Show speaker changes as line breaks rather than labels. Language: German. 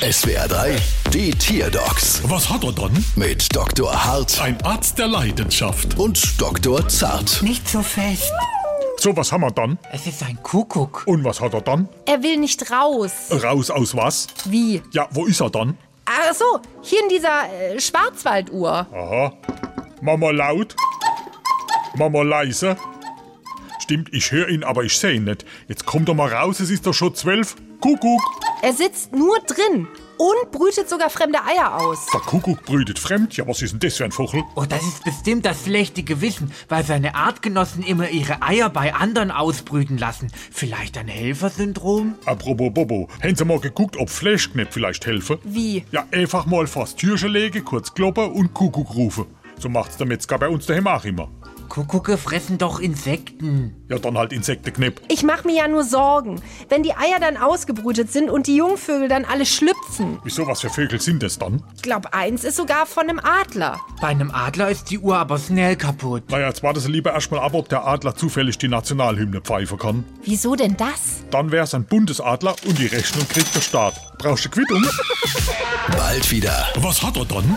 SWR 3, die Tierdocs
Was hat er dann?
mit Dr. Hart
Ein Arzt der Leidenschaft.
und Dr. Zart.
Nicht so fest.
So, was haben wir dann?
Es ist ein Kuckuck.
Und was hat er dann?
Er will nicht raus.
Raus aus was?
Wie?
Ja, wo ist er dann?
Ach so, hier in dieser äh, Schwarzwalduhr.
Aha. Mama laut. Mama leise. Stimmt, ich höre ihn, aber ich sehe ihn nicht. Jetzt kommt er mal raus, es ist doch schon zwölf. Kuckuck.
Er sitzt nur drin und brütet sogar fremde Eier aus.
Der Kuckuck brütet fremd. Ja, was ist denn das für ein Vogel?
Oh, das ist bestimmt das schlechte Gewissen, weil seine Artgenossen immer ihre Eier bei anderen ausbrüten lassen. Vielleicht ein Helfersyndrom?
Apropos Bobo, haben Sie mal geguckt, ob Flashknäpp vielleicht helfen?
Wie?
Ja, einfach mal vors Türchen legen, kurz kloppen und Kuckuck rufen. So macht's der Metzger bei uns daheim auch immer.
Kuckucke fressen doch Insekten.
Ja, dann halt Insektenknepp.
Ich mache mir ja nur Sorgen, wenn die Eier dann ausgebrütet sind und die Jungvögel dann alle schlüpfen.
Wieso, was für Vögel sind das dann?
Ich glaube, eins ist sogar von einem Adler.
Bei einem Adler ist die Uhr aber schnell kaputt.
Naja, jetzt warten Sie lieber erstmal ab, ob der Adler zufällig die Nationalhymne pfeifen kann.
Wieso denn das?
Dann wär's ein Bundesadler und die Rechnung kriegt der Staat. Brauchst du Quittung?
Bald wieder.
Was hat er dann?